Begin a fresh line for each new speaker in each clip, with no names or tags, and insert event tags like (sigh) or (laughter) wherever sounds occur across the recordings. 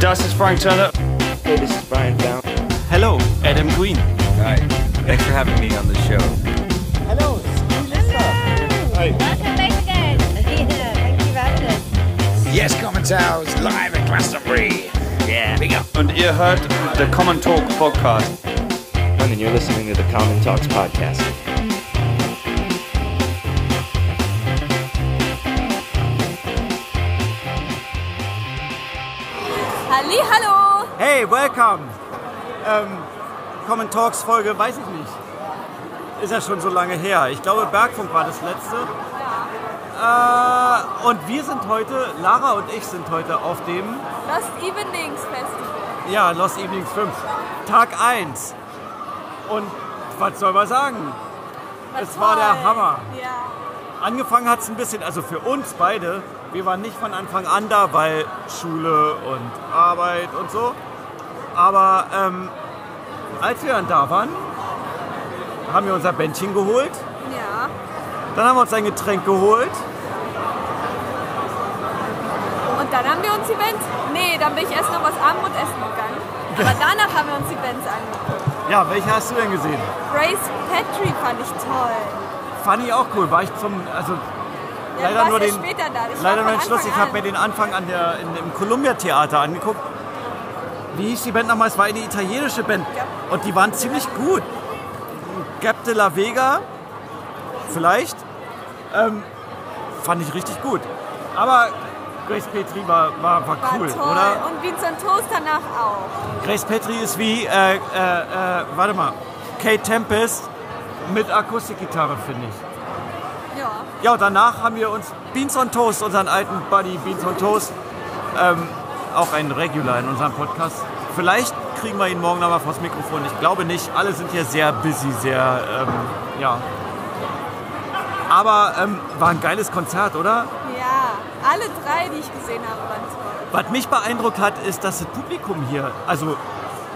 Das ist Frank Turner.
Hey, this is Brian Down.
Hello, Adam Green.
Hi. Thanks for having me on the show.
Hello,
Hi. Welcome back again. Yeah, thank you, Walter.
Yes, Commons House, live at Glastonbury. Yeah, big up.
Und ihr hört The Common Talk Podcast.
and you're listening to the Common Talks podcast.
Halli, hallo!
Hey, welcome. Ähm, Common Talks Folge, weiß ich nicht. Ist ja schon so lange her. Ich glaube, Bergfunk war das letzte. Äh, und wir sind heute, Lara und ich sind heute auf dem
Lost Evenings Festival.
ja, Lost Evenings 5, Tag 1. Und was soll man sagen? Es war der Hammer.
Ja.
Angefangen hat es ein bisschen, also für uns beide, wir waren nicht von Anfang an da, weil Schule und Arbeit und so. Aber ähm, als wir dann da waren, haben wir unser Bändchen geholt,
Ja.
dann haben wir uns ein Getränk geholt.
Und dann haben wir uns die Bands. Nee, dann bin ich erst noch was Abendbrot essen gegangen.
(laughs)
Aber danach haben wir uns die Bands angeguckt.
Ja, welche hast du denn gesehen?
Grace Petrie fand ich toll.
Fand ich auch cool, war ich zum, also
Ja,
leider
du warst
nur
ja
den,
später da. Das
leider
war
nur den
von
Schluss, ich
Anfang
habe mir den Anfang an der, in, im Columbia Theater angeguckt. Wie hieß die Band nochmal? Es war eine italienische Band und die waren ziemlich gut. Gap de la Vega, vielleicht, ähm, fand ich richtig gut. Aber Grace Petri war, war, war
an.
cool,
war toll.
oder?
Und Vincent Toast danach auch.
Grace Petri ist wie, äh, äh, äh, warte mal, Kate Tempest mit Akustikgitarre, finde ich.
Ja.
Ja, und danach haben wir uns Beans on Toast, unseren alten Buddy Beans on Toast, ähm, auch ein Regular in unserem Podcast. Vielleicht kriegen wir ihn morgen nochmal vors Mikrofon. Ich glaube nicht. Alle sind hier sehr busy, sehr, ähm, ja. Aber ähm, war ein geiles Konzert, oder?
Ja. Alle drei, die ich gesehen habe, waren toll.
Was mich beeindruckt hat, ist, dass das Publikum hier, also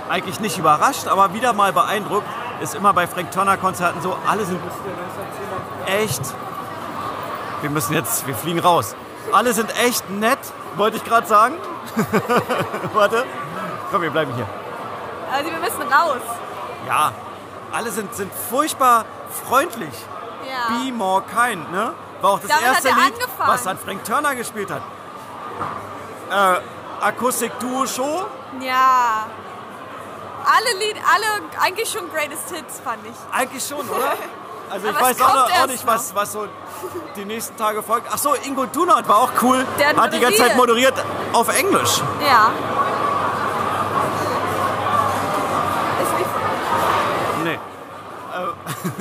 eigentlich nicht überrascht, aber wieder mal beeindruckt, ist immer bei Frank Turner Konzerten so, alle sind echt, wir müssen jetzt, wir fliegen raus. Alle sind echt nett, wollte ich gerade sagen. (laughs) Warte, komm, wir bleiben hier.
Also wir müssen raus.
Ja, alle sind, sind furchtbar freundlich.
Ja.
Be More Kind, ne? War auch das
Damit hat
erste
er
Lied,
angefangen.
was dann Frank Turner gespielt hat. Äh, Akustik Duo Show.
Ja. Alle Lied, alle eigentlich schon Greatest Hits fand ich.
Eigentlich schon,
(laughs)
oder? Also ich
Aber es
weiß auch,
kommt
noch, auch
erst
nicht,
noch.
was, was so die nächsten Tage folgt. Ach so, Ingo Dunant war auch cool.
Der hat
die ganze Zeit moderiert auf Englisch.
Ja. Ist nicht
Nee.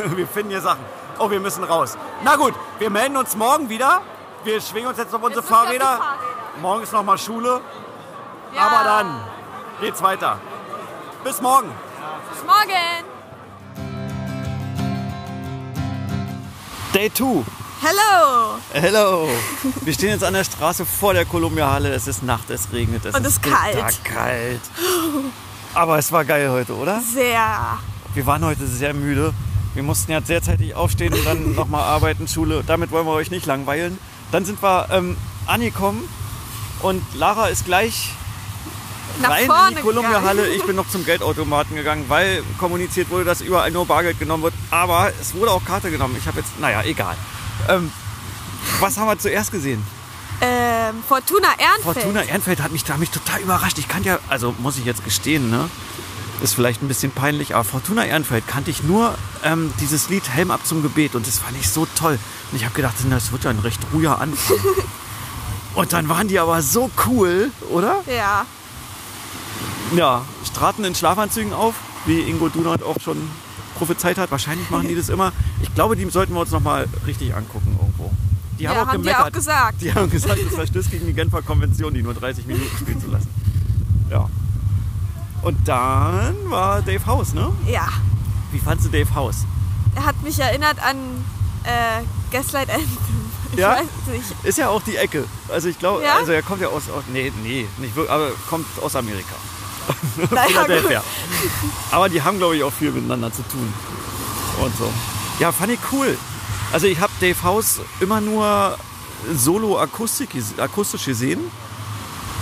Äh, (laughs) wir finden hier Sachen. Oh, wir müssen raus. Na gut, wir melden uns morgen wieder. Wir schwingen uns jetzt auf unsere
müssen wir auf die
Fahrräder.
Fahrräder.
Morgen ist nochmal Schule.
Ja.
Aber dann geht's weiter. Bis morgen.
Bis morgen.
Day 2.
Hello.
Hello. Wir stehen jetzt an der Straße vor der Columbia-Halle. Es ist Nacht, es regnet. Es
Und es
ist
ist kalt.
kalt. Aber es war geil heute, oder?
Sehr.
Wir waren heute sehr müde. Wir mussten ja sehr zeitig aufstehen und dann nochmal arbeiten, Schule. Damit wollen wir euch nicht langweilen. Dann sind wir ähm, angekommen und Lara ist gleich
Nach
rein
vorne
in die Columbia-Halle. Ich bin noch zum Geldautomaten gegangen, weil kommuniziert wurde, dass überall nur Bargeld genommen wird. Aber es wurde auch Karte genommen. Ich habe jetzt, naja, egal. Ähm, was haben wir zuerst gesehen?
gegangen. Ähm, Fortuna Ehrenfeld.
Fortuna Ehrenfeld hat mich, da mich total überrascht. Ich kannte ja, also muss ich jetzt gestehen, ne? Ist vielleicht ein bisschen peinlich, aber Fortuna Ehrenfeld kannte ich nur ähm, dieses Lied Helm ab zum Gebet und das fand ich so toll. Und ich habe gedacht, na, das wird ja ein recht ruhiger Anfang. und dann waren die aber so cool, oder?
Ja.
Ja, straten in Schlafanzügen auf, wie Ingo Dunant auch schon prophezeit hat. Wahrscheinlich machen die das immer. Ich glaube, die sollten wir uns nochmal richtig angucken irgendwo. Die haben
Ja,
auch
haben die
gemeckert.
auch gesagt.
Die haben gesagt, das verstößt gegen die Genfer Konvention, die nur 30 Minuten spielen zu lassen. Ja. Und dann war Dave House, ne?
Ja.
Wie fandst du Dave House?
Er hat mich erinnert an äh, Gaslight Anthem. (laughs) Ich
Ja?
weiß nicht.
Ist ja auch die Ecke. Also ich glaube,
Ja?
also er kommt ja aus, aus nee, nee, nicht wirklich, aber kommt aus Amerika.
Naja, gut.
Philadelphia. Aber die haben, glaube ich, auch viel miteinander zu tun. Und so. Ja, fand ich cool. Also ich habe Dave House immer nur solo -akustik, akustisch gesehen.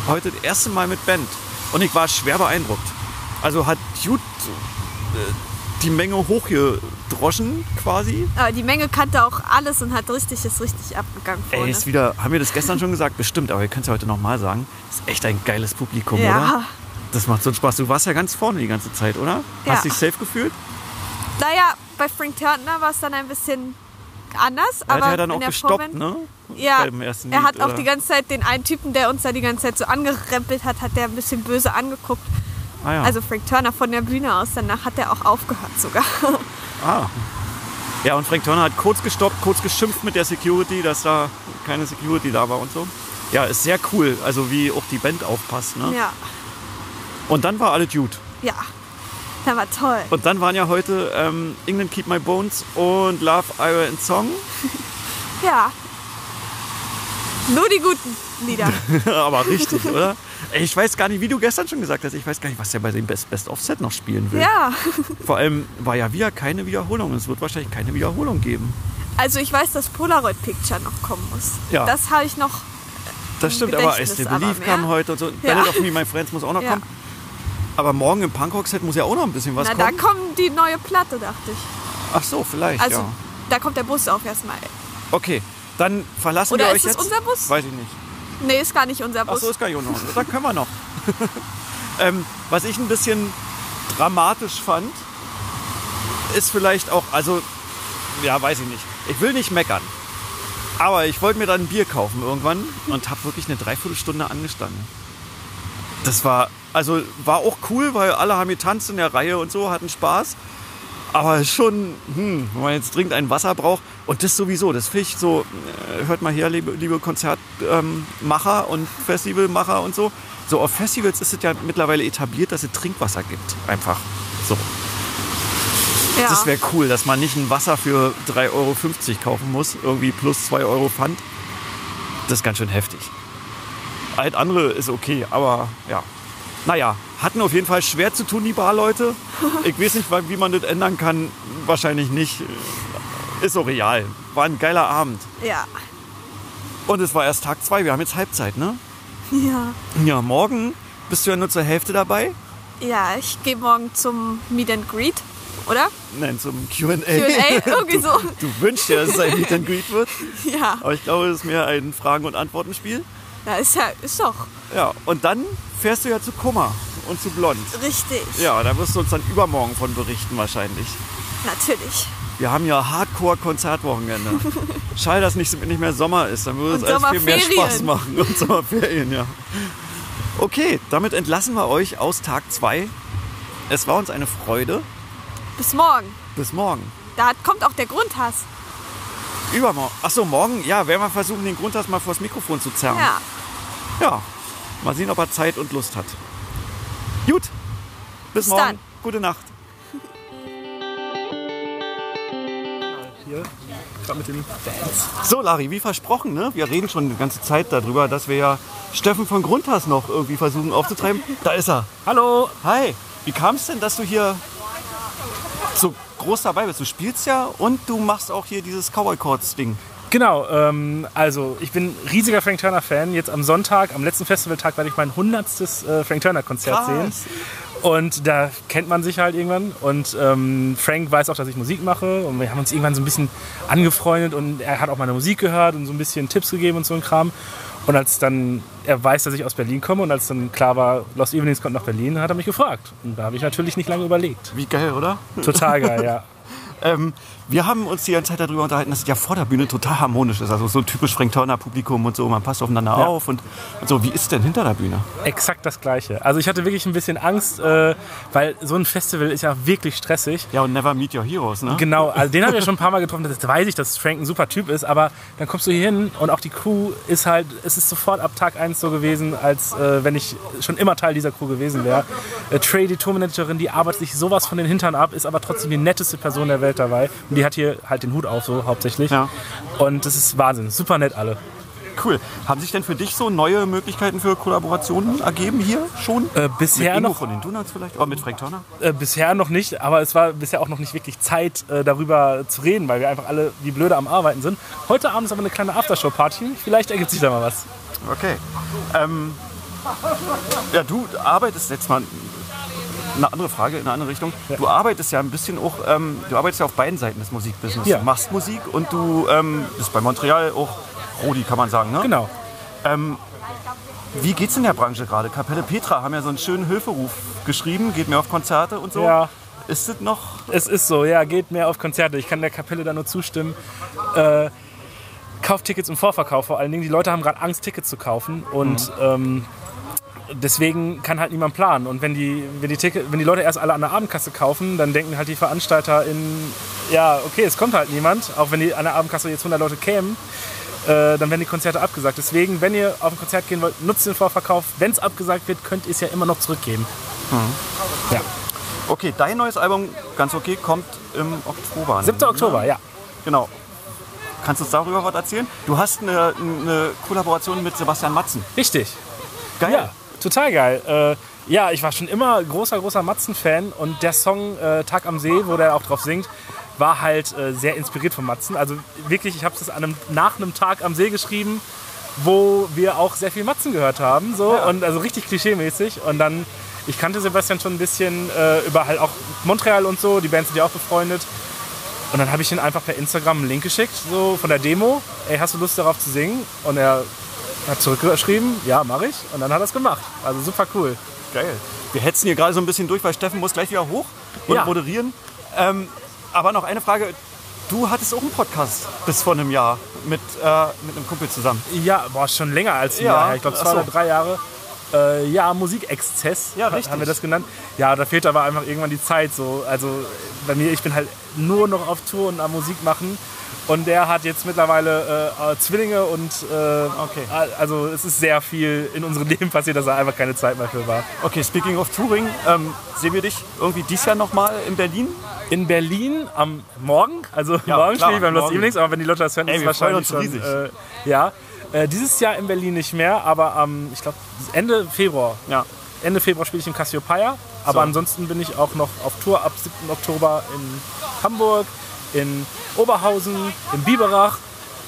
Heute das erste Mal mit Band. Und ich war schwer beeindruckt. Also hat Jude äh, die Menge hochgedroschen quasi.
Aber die Menge kannte auch alles und hat richtig, ist richtig abgegangen
Ey,
vorne.
ist wieder, haben wir das gestern schon gesagt? Bestimmt, aber ihr könnt es ja heute nochmal sagen. Ist echt ein geiles Publikum,
Ja.
oder? Das macht so einen Spaß. Du warst ja ganz vorne die ganze Zeit, oder?
Ja.
Hast dich safe gefühlt?
naja, bei Frank Turner war es dann ein bisschen anders,
Er
aber
hat ja dann
in
auch
der
gestoppt,
Vorband-
ne?
Ja,
Beim ersten
er hat
Lied,
auch
oder?
die ganze Zeit den einen Typen, der uns da die ganze Zeit so angerempelt hat, hat der ein bisschen böse angeguckt.
ah, ja.
Also Frank Turner von der Bühne aus. Danach hat er auch aufgehört sogar. (laughs)
Ah. Ja, und Frank Turner hat kurz gestoppt, kurz geschimpft mit der Security, dass da keine Security da war und so. Ja, ist sehr cool, also wie auch die Band aufpasst. Ne?
ja,
Und dann war alles gut.
ja. Das war toll.
Und dann waren ja heute ähm, England Keep My Bones und Love, Ira and Song. (laughs)
Ja. Nur die guten
(laughs)
Lieder.
Aber richtig, oder?
(laughs)
Ey, Ich weiß gar nicht, wie du gestern schon gesagt hast, ich weiß gar nicht, was der bei dem Best, Best of Set noch spielen will.
ja.
Vor allem war ja wieder keine Wiederholung. Es wird wahrscheinlich keine Wiederholung geben.
Also ich weiß, dass Polaroid Picture noch kommen muss.
Ja.
Das habe ich noch.
Das stimmt, aber
Gedächtnis
Ice the
aber
Belief
mehr.
kam heute und so. Ballad of Me, My Friends muss auch noch
Ja.
kommen. Aber morgen im Punkrock-Set muss ja auch noch ein bisschen was
Na,
kommen.
da kommt die neue Platte, dachte ich.
Ach so, vielleicht,
Also
ja.
da kommt der Bus auch erstmal.
Okay, dann verlassen
Oder
wir euch
ist es
jetzt.
unser Bus?
Weiß ich nicht.
Nee, ist gar nicht unser
Ach
Bus.
so, ist gar nicht unser Bus. Da können wir noch. (laughs) ähm, was ich ein bisschen dramatisch fand, ist vielleicht auch, also, ja, weiß ich nicht. Ich will nicht meckern. Aber ich wollte mir dann ein Bier kaufen irgendwann und habe wirklich eine Dreiviertelstunde angestanden. Das war, also war auch cool, weil alle haben getanzt in der Reihe und so, hatten Spaß. Aber schon, hm, wenn man jetzt dringend ein Wasser braucht, und das sowieso, das finde ich so, äh, hört mal her, liebe, liebe Konzertmacher und Festivalmacher und so. So auf Festivals ist es ja mittlerweile etabliert, dass es Trinkwasser gibt. Einfach so.
ja.
Das wäre cool, dass man nicht ein Wasser für 3,50 Euro kaufen muss, irgendwie plus 2 Euro Pfand. Das ist ganz schön heftig. Alt andere ist okay, aber ja. Naja, hatten auf jeden Fall schwer zu tun, die
(laughs)
Barleute. Ich weiß nicht, wie man das ändern kann. Wahrscheinlich nicht. Ist so real. War ein geiler Abend.
ja.
Und es war erst Tag 2. Wir haben jetzt Halbzeit, ne?
Ja.
Ja, morgen bist du ja nur zur Hälfte dabei.
Ja, ich gehe morgen zum Meet and Greet, oder? (laughs)
Nein, zum Q&A.
Q&A,
(laughs)
irgendwie so.
Du wünschst dir, dass es ein Meet and Greet wird.
Ja,
Aber ich glaube, es ist mehr ein Fragen- und Antwortenspiel.
da ist ja, ist doch
Ja, und dann fährst du ja zu Kummer und zu Blond.
richtig.
Ja, da wirst du uns dann übermorgen von berichten wahrscheinlich.
Natürlich.
Wir haben ja Hardcore-Konzertwochenende.
(laughs)
Schade, dass nicht, nicht mehr Sommer ist. Dann würde es
Und
alles viel mehr
Sommerferien.
Spaß machen. Und Sommerferien, ja. Okay, damit entlassen wir euch aus Tag 2. Es war uns eine Freude.
Bis morgen.
Bis morgen.
Da kommt auch der Grundhass.
Übermorgen. Achso, morgen, ja, werden wir versuchen, den Grundsatz mal vors Mikrofon zu zerren.
Ja.
Ja, mal sehen, ob er Zeit und Lust hat. Gut, bis, morgen.
dann.
Gute Nacht. So, Lari, wie versprochen, ne? wir reden schon die ganze Zeit darüber, dass wir ja Steffen von Grundhaus noch irgendwie versuchen aufzutreiben. Da ist er. Hallo. Hi. Wie kam es denn, dass du hier so groß dabei bist? Du spielst ja und du machst auch hier dieses Cowboy-Chords-Ding.
Genau, ähm, also ich bin riesiger Frank Turner Fan. Jetzt am Sonntag, am letzten Festivaltag, werde ich mein 100. äh, Frank Turner Konzert sehen.
Krass.
Und da kennt man sich halt irgendwann. Und ähm, Frank weiß auch, dass ich Musik mache. Und wir haben uns irgendwann so ein bisschen angefreundet und er hat auch meine Musik gehört und so ein bisschen Tipps gegeben und so ein Kram. Und als dann, er weiß, dass ich aus Berlin komme und als dann klar war, Lost Evenings kommt nach Berlin, hat er mich gefragt. Und da habe ich natürlich nicht lange überlegt.
Wie geil, oder?
Total geil, ja.
Ähm, wir haben uns die ganze Zeit darüber unterhalten, dass es ja vor der Bühne total harmonisch ist. Also so typisch Frank Turner Publikum und so, man passt aufeinander auf und, und so. Wie ist denn hinter der Bühne?
Exakt das Gleiche. Also ich hatte wirklich ein bisschen Angst, äh, weil so ein Festival ist ja wirklich stressig.
Ja, und Never Meet Your Heroes, ne?
Genau, also den haben wir schon ein paar Mal getroffen, das weiß ich, dass Frank ein super Typ ist, aber dann kommst du hier hin und auch die Crew ist halt, es ist sofort ab Tag 1 so gewesen, als äh, wenn ich schon immer Teil dieser Crew gewesen wäre. Äh, Trey, die Tourmanagerin, die arbeitet sich sowas von den Hintern ab, ist aber trotzdem die netteste Person der Welt dabei und die hat hier halt den Hut auf so hauptsächlich
Ja.
und das ist Wahnsinn, super nett alle.
Cool. Haben sich denn für dich so neue Möglichkeiten für Kollaborationen ergeben hier schon?
Äh,
mit
bisher
Ingo
noch
von den Donuts vielleicht? Oder mit Frank Turner?
Äh, bisher noch nicht, aber es war bisher auch noch nicht wirklich Zeit, äh, darüber zu reden, weil wir einfach alle wie blöde am Arbeiten sind. Heute Abend ist aber eine kleine Aftershow-Party. Vielleicht ergibt sich da mal was.
Okay. Ähm, Ja, du arbeitest jetzt mal eine andere Frage in eine andere Richtung. Du arbeitest ja ein bisschen auch, ähm, du arbeitest ja auf beiden Seiten des Musikbusiness.
Ja.
Du machst Musik und du ähm, bist bei Montreal auch Rodi, kann man sagen, ne?
Genau.
Wie geht's in der Branche gerade? Kapelle Petra haben ja so einen schönen Hilferuf geschrieben, geht mehr auf Konzerte und so.
Ja.
Ist das noch?
Es ist so, ja, geht mehr auf Konzerte. Ich kann der Kapelle da nur zustimmen. Äh, kauft Tickets im Vorverkauf vor allen Dingen. Die Leute haben gerade Angst, Tickets zu kaufen und ähm, deswegen kann halt niemand planen. Und wenn die, wenn, die Ticket, wenn die Leute erst alle an der Abendkasse kaufen, dann denken halt die Veranstalter in, ja, okay, es kommt halt niemand. Auch wenn die an der Abendkasse jetzt 100 Leute kämen, äh, dann werden die Konzerte abgesagt. Deswegen, wenn ihr auf ein Konzert gehen wollt, nutzt den Vorverkauf. Wenn es abgesagt wird, könnt ihr es ja immer noch zurückgeben.
Okay, dein neues Album, ganz okay, kommt im Oktober. an.
7. Oktober, ja.
Genau. Kannst du uns darüber was erzählen? Du hast eine, eine Kollaboration mit Sebastian Matzen.
Richtig.
Geil.
Ja, total geil. Äh, ja, ich war schon immer großer, großer Matzen-Fan und der Song äh, Tag am See, wo der auch drauf singt, war halt äh, sehr inspiriert von Matzen. Also wirklich, ich habe es an einem, nach einem Tag am See geschrieben, wo wir auch sehr viel Matzen gehört haben. So, und also richtig klischeemäßig. Und dann, ich kannte Sebastian schon ein bisschen äh, über halt auch Montreal und so, die Bands sind ja auch befreundet. Und dann habe ich ihn einfach per Instagram einen Link geschickt, so von der Demo. Ey, hast du Lust darauf zu singen? Und er hat zurückgeschrieben, ja, mache ich. Und dann hat er es gemacht. Also super cool.
Geil. Wir hetzen hier gerade so ein bisschen durch, weil Steffen muss gleich wieder hoch und
Ja.
moderieren. Ähm, aber noch eine Frage. Du hattest auch einen Podcast bis vor einem Jahr mit, äh, mit einem Kumpel zusammen.
Ja, boah, schon länger als ein
Ja,
Jahr. her. Ich glaube, zwei
ach so.
oder drei Jahre. Äh, ja, Musikexzess
Ja,
ha-
richtig.
haben wir das genannt. Ja, da fehlt aber einfach irgendwann die Zeit. So. Also bei mir, ich bin halt nur noch auf Tour und am Musik machen. Und der hat jetzt mittlerweile äh, äh, Zwillinge und äh, a- also es ist sehr viel in unserem (laughs) Leben passiert, dass er einfach keine Zeit mehr für war.
Okay, speaking of Touring, ähm, sehen wir dich irgendwie dies Jahr nochmal in Berlin?
In Berlin am Morgen, also
Ja,
morgen
klar,
spiele ich beim Lost
morgen.
Evenings, aber wenn die Leute das hören,
Ey,
ist es
wir freuen
wahrscheinlich
uns
schon.
riesig.
Äh, ja, äh, dieses Jahr in Berlin nicht mehr, aber am, ich glaube Ende Februar.
Ja.
Ende Februar spiele ich im Cassiopeia, aber
So.
ansonsten bin ich auch noch auf Tour ab 7. Oktober in Hamburg, in Oberhausen, in Biberach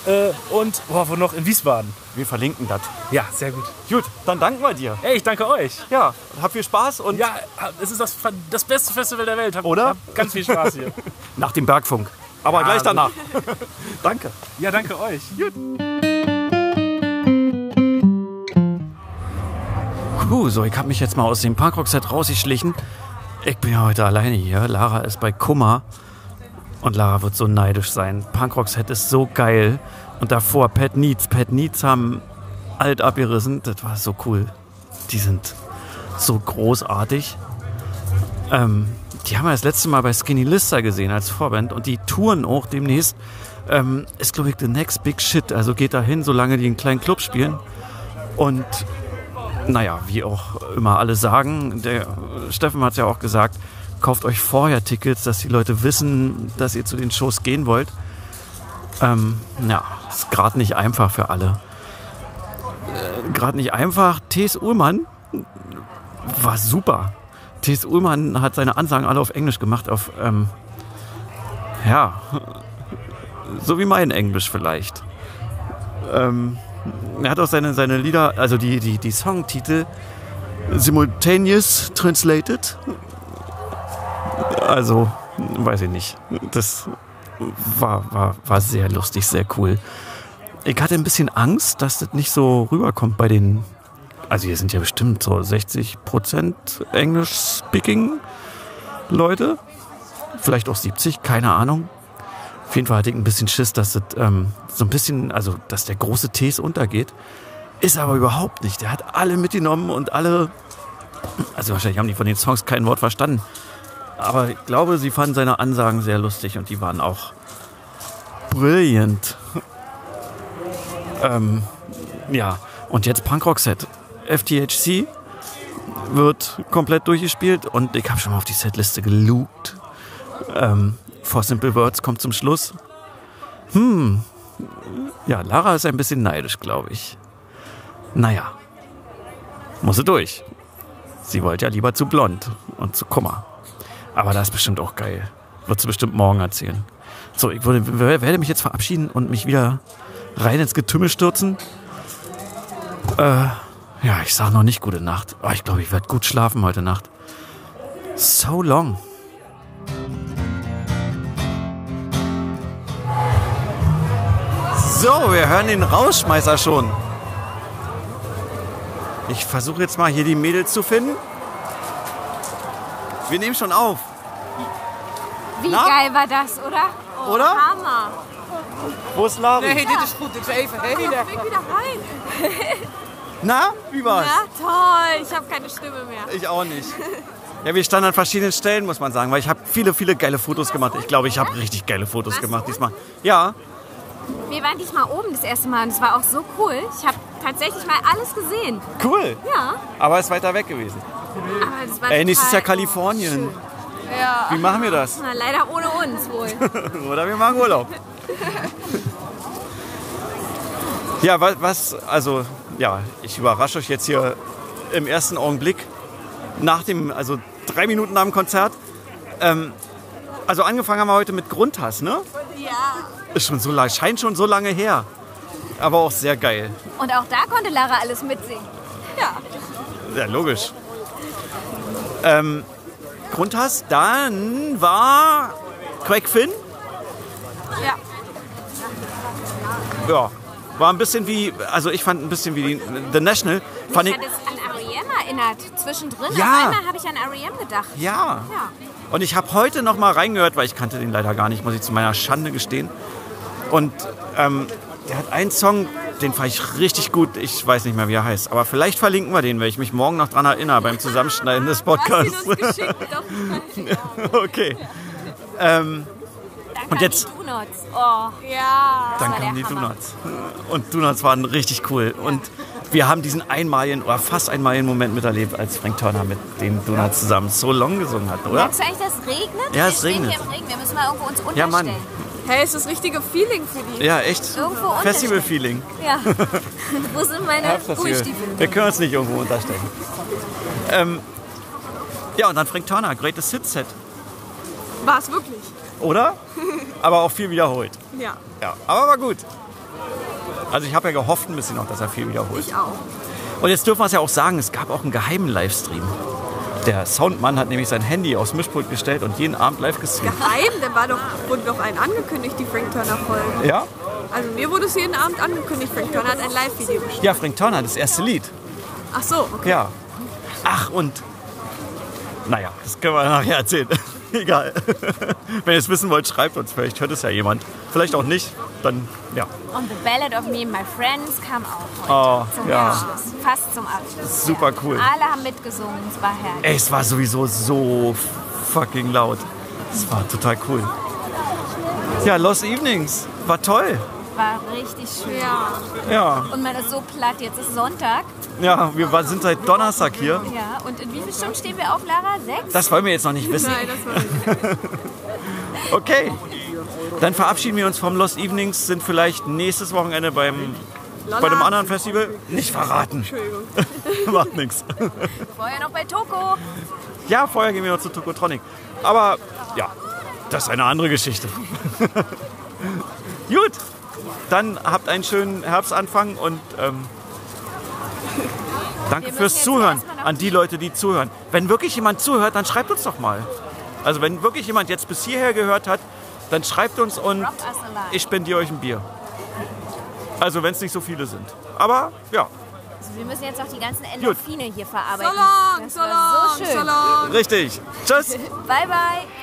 äh, und boah, wo noch in Wiesbaden.
Wir verlinken das.
Ja, sehr gut.
Gut, dann danken wir dir.
Ey, ich danke euch.
Ja, hab viel Spaß und
Ja, es ist das, das beste Festival der Welt. Hab,
Oder?
Hab ganz viel
(laughs)
Spaß hier.
nach dem Bergfunk. Aber gleich danach. (laughs) Danke.
ja, danke euch.
Puh, so, ich habe mich jetzt mal aus dem Parkrock-Set rausgeschlichen. Ich bin ja heute alleine hier. Lara ist bei Kummer. Und Lara wird so neidisch sein. Punkrock-Set ist so geil. Und davor Pat Needs. Pat Needs haben alt abgerissen. Das war so cool. Die sind so großartig. Ähm, die haben wir das letzte Mal bei Skinny Lister gesehen als Vorband. Und die touren auch demnächst. Ähm, ist, glaube ich, the next big shit. Also geht da hin, solange die einen kleinen Club spielen. Und naja, wie auch immer alle sagen, der äh, Steffen hat es ja auch gesagt, kauft euch vorher Tickets, dass die Leute wissen, dass ihr zu den Shows gehen wollt. Ähm, ja, ist gerade nicht einfach für alle. Äh, gerade nicht einfach. T.S. Ullmann war super. T.S. Ullmann hat seine Ansagen alle auf Englisch gemacht, auf, ähm, ja, (laughs) so wie mein Englisch vielleicht. Ähm, er hat auch seine, seine Lieder, also die, die, die Songtitel simultaneous translated. Also, weiß ich nicht. Das war, war, war sehr lustig, sehr cool. Ich hatte ein bisschen Angst, dass das nicht so rüberkommt bei den. Also, hier sind ja bestimmt so 60% English-Speaking-Leute. Vielleicht auch 70, keine Ahnung. Auf jeden Fall hatte ich ein bisschen Schiss, dass das, ähm, so ein bisschen, also dass der große Tees untergeht. Ist aber überhaupt nicht. Der hat alle mitgenommen und alle. Also wahrscheinlich haben die von den Songs kein Wort verstanden. Aber ich glaube, sie fanden seine Ansagen sehr lustig und die waren auch brillant. ähm, ja, und jetzt Punkrock-Set. FTHC wird komplett durchgespielt und ich habe schon mal auf die Setliste gelugt. Ähm, For Simple Words kommt zum Schluss. Hm. Ja, Lara ist ein bisschen neidisch, glaube ich. Naja. Muss sie durch. Sie wollte ja lieber zu blond und zu Kummer. Aber das ist bestimmt auch geil. Wird sie bestimmt morgen erzählen. So, ich würde, w- werde mich jetzt verabschieden und mich wieder rein ins Getümmel stürzen. Äh,
Ja, ich sag noch nicht gute Nacht.
Ah,
Aber ich glaube, ich werde gut schlafen heute Nacht. So long.
So, wir hören den Rauschmeißer schon. Ich versuche jetzt mal hier die Mädels zu finden. Wir nehmen schon auf.
Wie
Na?
geil war das, oder? Oh,
Oder?
Hammer.
Wo ist Lari?
Nee, dit is goed. Ik zou even heen.
Ich bin wieder rein.
Na, wie war's?
Ja, toll. Ich habe keine Stimme mehr.
Ich auch nicht. Ja, wir standen an verschiedenen Stellen, muss man sagen, weil ich habe viele, viele geile Fotos gemacht. Ich glaube, ich habe richtig geile Fotos
Warst du
gemacht
unten?
diesmal. Ja,
Wir waren diesmal oben das erste Mal und es war auch so cool. Ich habe tatsächlich mal alles gesehen.
cool.
Ja,
Aber es ist weiter weg gewesen.
aber das war
Ey, Äh, nächstes Jahr
total
Kalifornien.
schön. Ja.
Wie machen wir das?
Na, leider ohne uns wohl.
Oder wir machen Urlaub. Ja, was, was, also, ja, ich überrasche euch jetzt hier im ersten Augenblick, nach dem, also drei Minuten nach dem Konzert. Ähm, also angefangen haben wir heute mit Grundhass, ne?
(laughs) ja.
Ist schon so lange, scheint schon so lange her. Aber auch sehr geil.
Und auch da konnte Lara alles mitsingen. Ja.
Ja, logisch. Ähm, Grundhass, dann war Quackfin.
Ja.
Ja, war ein bisschen wie, also ich fand ein bisschen wie die, The National. Fand
Mich
ich,
hat es an R.E.M. erinnert. Zwischendrin
Ja.
auf einmal habe ich an R.E.M. gedacht.
ja.
Ja.
Und ich habe heute noch mal reingehört, weil ich kannte den leider gar nicht, muss ich zu meiner Schande gestehen. Und ähm, der hat einen Song, den fand ich richtig gut. Ich weiß nicht mehr, wie er heißt. Aber vielleicht verlinken wir den, wenn ich mich morgen noch dran erinnere beim Zusammenschneiden des Podcasts.
Du hast ihn uns geschickt. Doch.
Okay. Ähm,
Dann
Und jetzt-
kamen die Donuts. Oh. Ja.
Dann kamen die Donuts. Und Donuts waren richtig cool. Und wir haben diesen einmaligen oder fast einmaligen Moment miterlebt, als Frank Turner mit den Donuts zusammen so long gesungen hat, oder?
Merkst du eigentlich, dass es regnet?
Ja, es
wir stehen
regnet.
Hier im Regen. Wir müssen mal irgendwo uns
Ja,
unterstellen.
Mann.
Hey, is het richtige feeling voor die?
Ja, echt.
Irgendwo unterstellen.
Festival-Feeling.
Ja. Wo sind meine Gummistiefel?
Wir können uns nicht irgendwo unterstellen. Ähm, ja, und dann Frank Turner, Greatest Hits Set,
Waar is wirklich?
(laughs)
oder? Aber auch viel wiederholt.
Ja.
Ja, aber war gut. Also ich habe ja gehofft ein bisschen noch, dass er viel wiederholt.
Ich auch.
Und jetzt dürfen wir es ja auch sagen, es gab auch einen geheimen Livestream. Der Soundmann hat nämlich sein Handy aufs Mischpult gestellt und jeden Abend live gestreamt.
Geheim, da war doch, wurde doch ein angekündigt, die Frank Turner Folge.
Ja?
Also mir wurde es jeden Abend angekündigt, Frank Turner hat ein Live-Video geschickt.
Ja, Frank Turner, das erste Lied.
Ach so, okay.
Ja. Ach, und. Naja, das können wir nachher erzählen. (laughs) Egal. Wenn ihr es wissen wollt, schreibt uns. Vielleicht hört es ja jemand. Vielleicht auch nicht. Dann, ja.
Und The Ballad of Me and My Friends kam auch heute.
Oh,
zum
ja.
Abschluss. Fast zum Abschluss.
Super cool.
Alle haben mitgesungen. Es war herrlich.
Ey, es war sowieso so fucking laut. Es war total cool. Ja, Lost Evenings. War toll.
War richtig schön.
Ja.
Und man ist so platt. Jetzt ist Sonntag.
Ja, wir war- sind seit Donnerstag hier.
Ja. Und in wie vielen Stunden stehen wir auf, Lara? Sechs?
Das wollen wir jetzt noch nicht wissen.
Nein, das war nicht.
Okay. Dann verabschieden wir uns vom Lost Evenings, sind vielleicht nächstes Wochenende beim, bei einem anderen Festival. Nicht verraten.
Entschuldigung.
(laughs) Macht nichts.
Vorher noch bei Toko.
Ja, vorher gehen wir noch zu Tokotronic. Aber ja, das ist eine andere Geschichte. (laughs) Gut, dann habt einen schönen Herbstanfang und ähm, danke
müssen
fürs
jetzt
Zuhören
erstmal noch-
an die Leute, die zuhören. Wenn wirklich jemand zuhört, dann schreibt uns doch mal. Also wenn wirklich jemand jetzt bis hierher gehört hat, dann schreibt uns und
Rock us alive.
ich spendiere euch ein Bier. Also wenn es nicht so viele sind. Aber ja,
Also wir müssen jetzt auch die ganzen Endorphine hier verarbeiten.
So long,
das
so
war
long,
so
so
schön.
long.
richtig. Tschüss.
Bye, bye.